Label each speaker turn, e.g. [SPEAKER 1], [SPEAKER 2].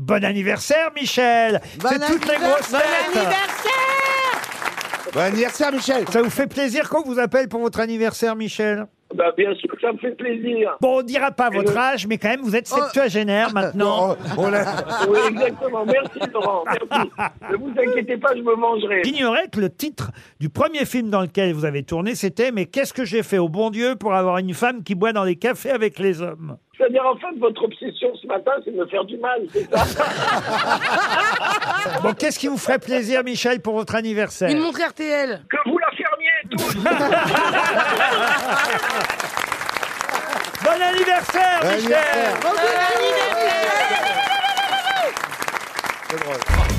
[SPEAKER 1] Bon anniversaire, Michel
[SPEAKER 2] Bon
[SPEAKER 1] C'est toutes les
[SPEAKER 2] anniversaire.
[SPEAKER 1] grosses
[SPEAKER 2] Bon
[SPEAKER 1] têtes
[SPEAKER 3] Bon anniversaire, Michel
[SPEAKER 1] Ça vous fait plaisir qu'on vous appelle pour votre anniversaire, Michel
[SPEAKER 4] Bah, bien sûr, ça me fait plaisir.
[SPEAKER 1] Bon, on dira pas votre
[SPEAKER 4] le-
[SPEAKER 1] âge, mais quand même, vous êtes septuagénaire maintenant.
[SPEAKER 3] Oh, on l'a-
[SPEAKER 4] Oui, exactement. Merci, Laurent. Merci. Ne vous inquiétez pas, je me mangerai.
[SPEAKER 1] J'ignorais que le titre du premier film dans lequel vous avez tourné, c'était « Mais qu'est-ce que j'ai fait au bon Dieu pour avoir une femme qui boit dans les cafés avec les hommes
[SPEAKER 4] C'est-à-dire, en fait, votre obsession ce matin, c'est de me faire du mal, c'est ça ?»
[SPEAKER 1] Bon, qu'est-ce qui vous ferait plaisir, Michel, pour votre anniversaire
[SPEAKER 5] Une montre RTL.
[SPEAKER 4] Que vous la fermiez, tous
[SPEAKER 1] Bon anniversaire,
[SPEAKER 3] Bon
[SPEAKER 1] Michel
[SPEAKER 3] anniversaire.
[SPEAKER 2] Bon anniversaire
[SPEAKER 3] C'est drôle.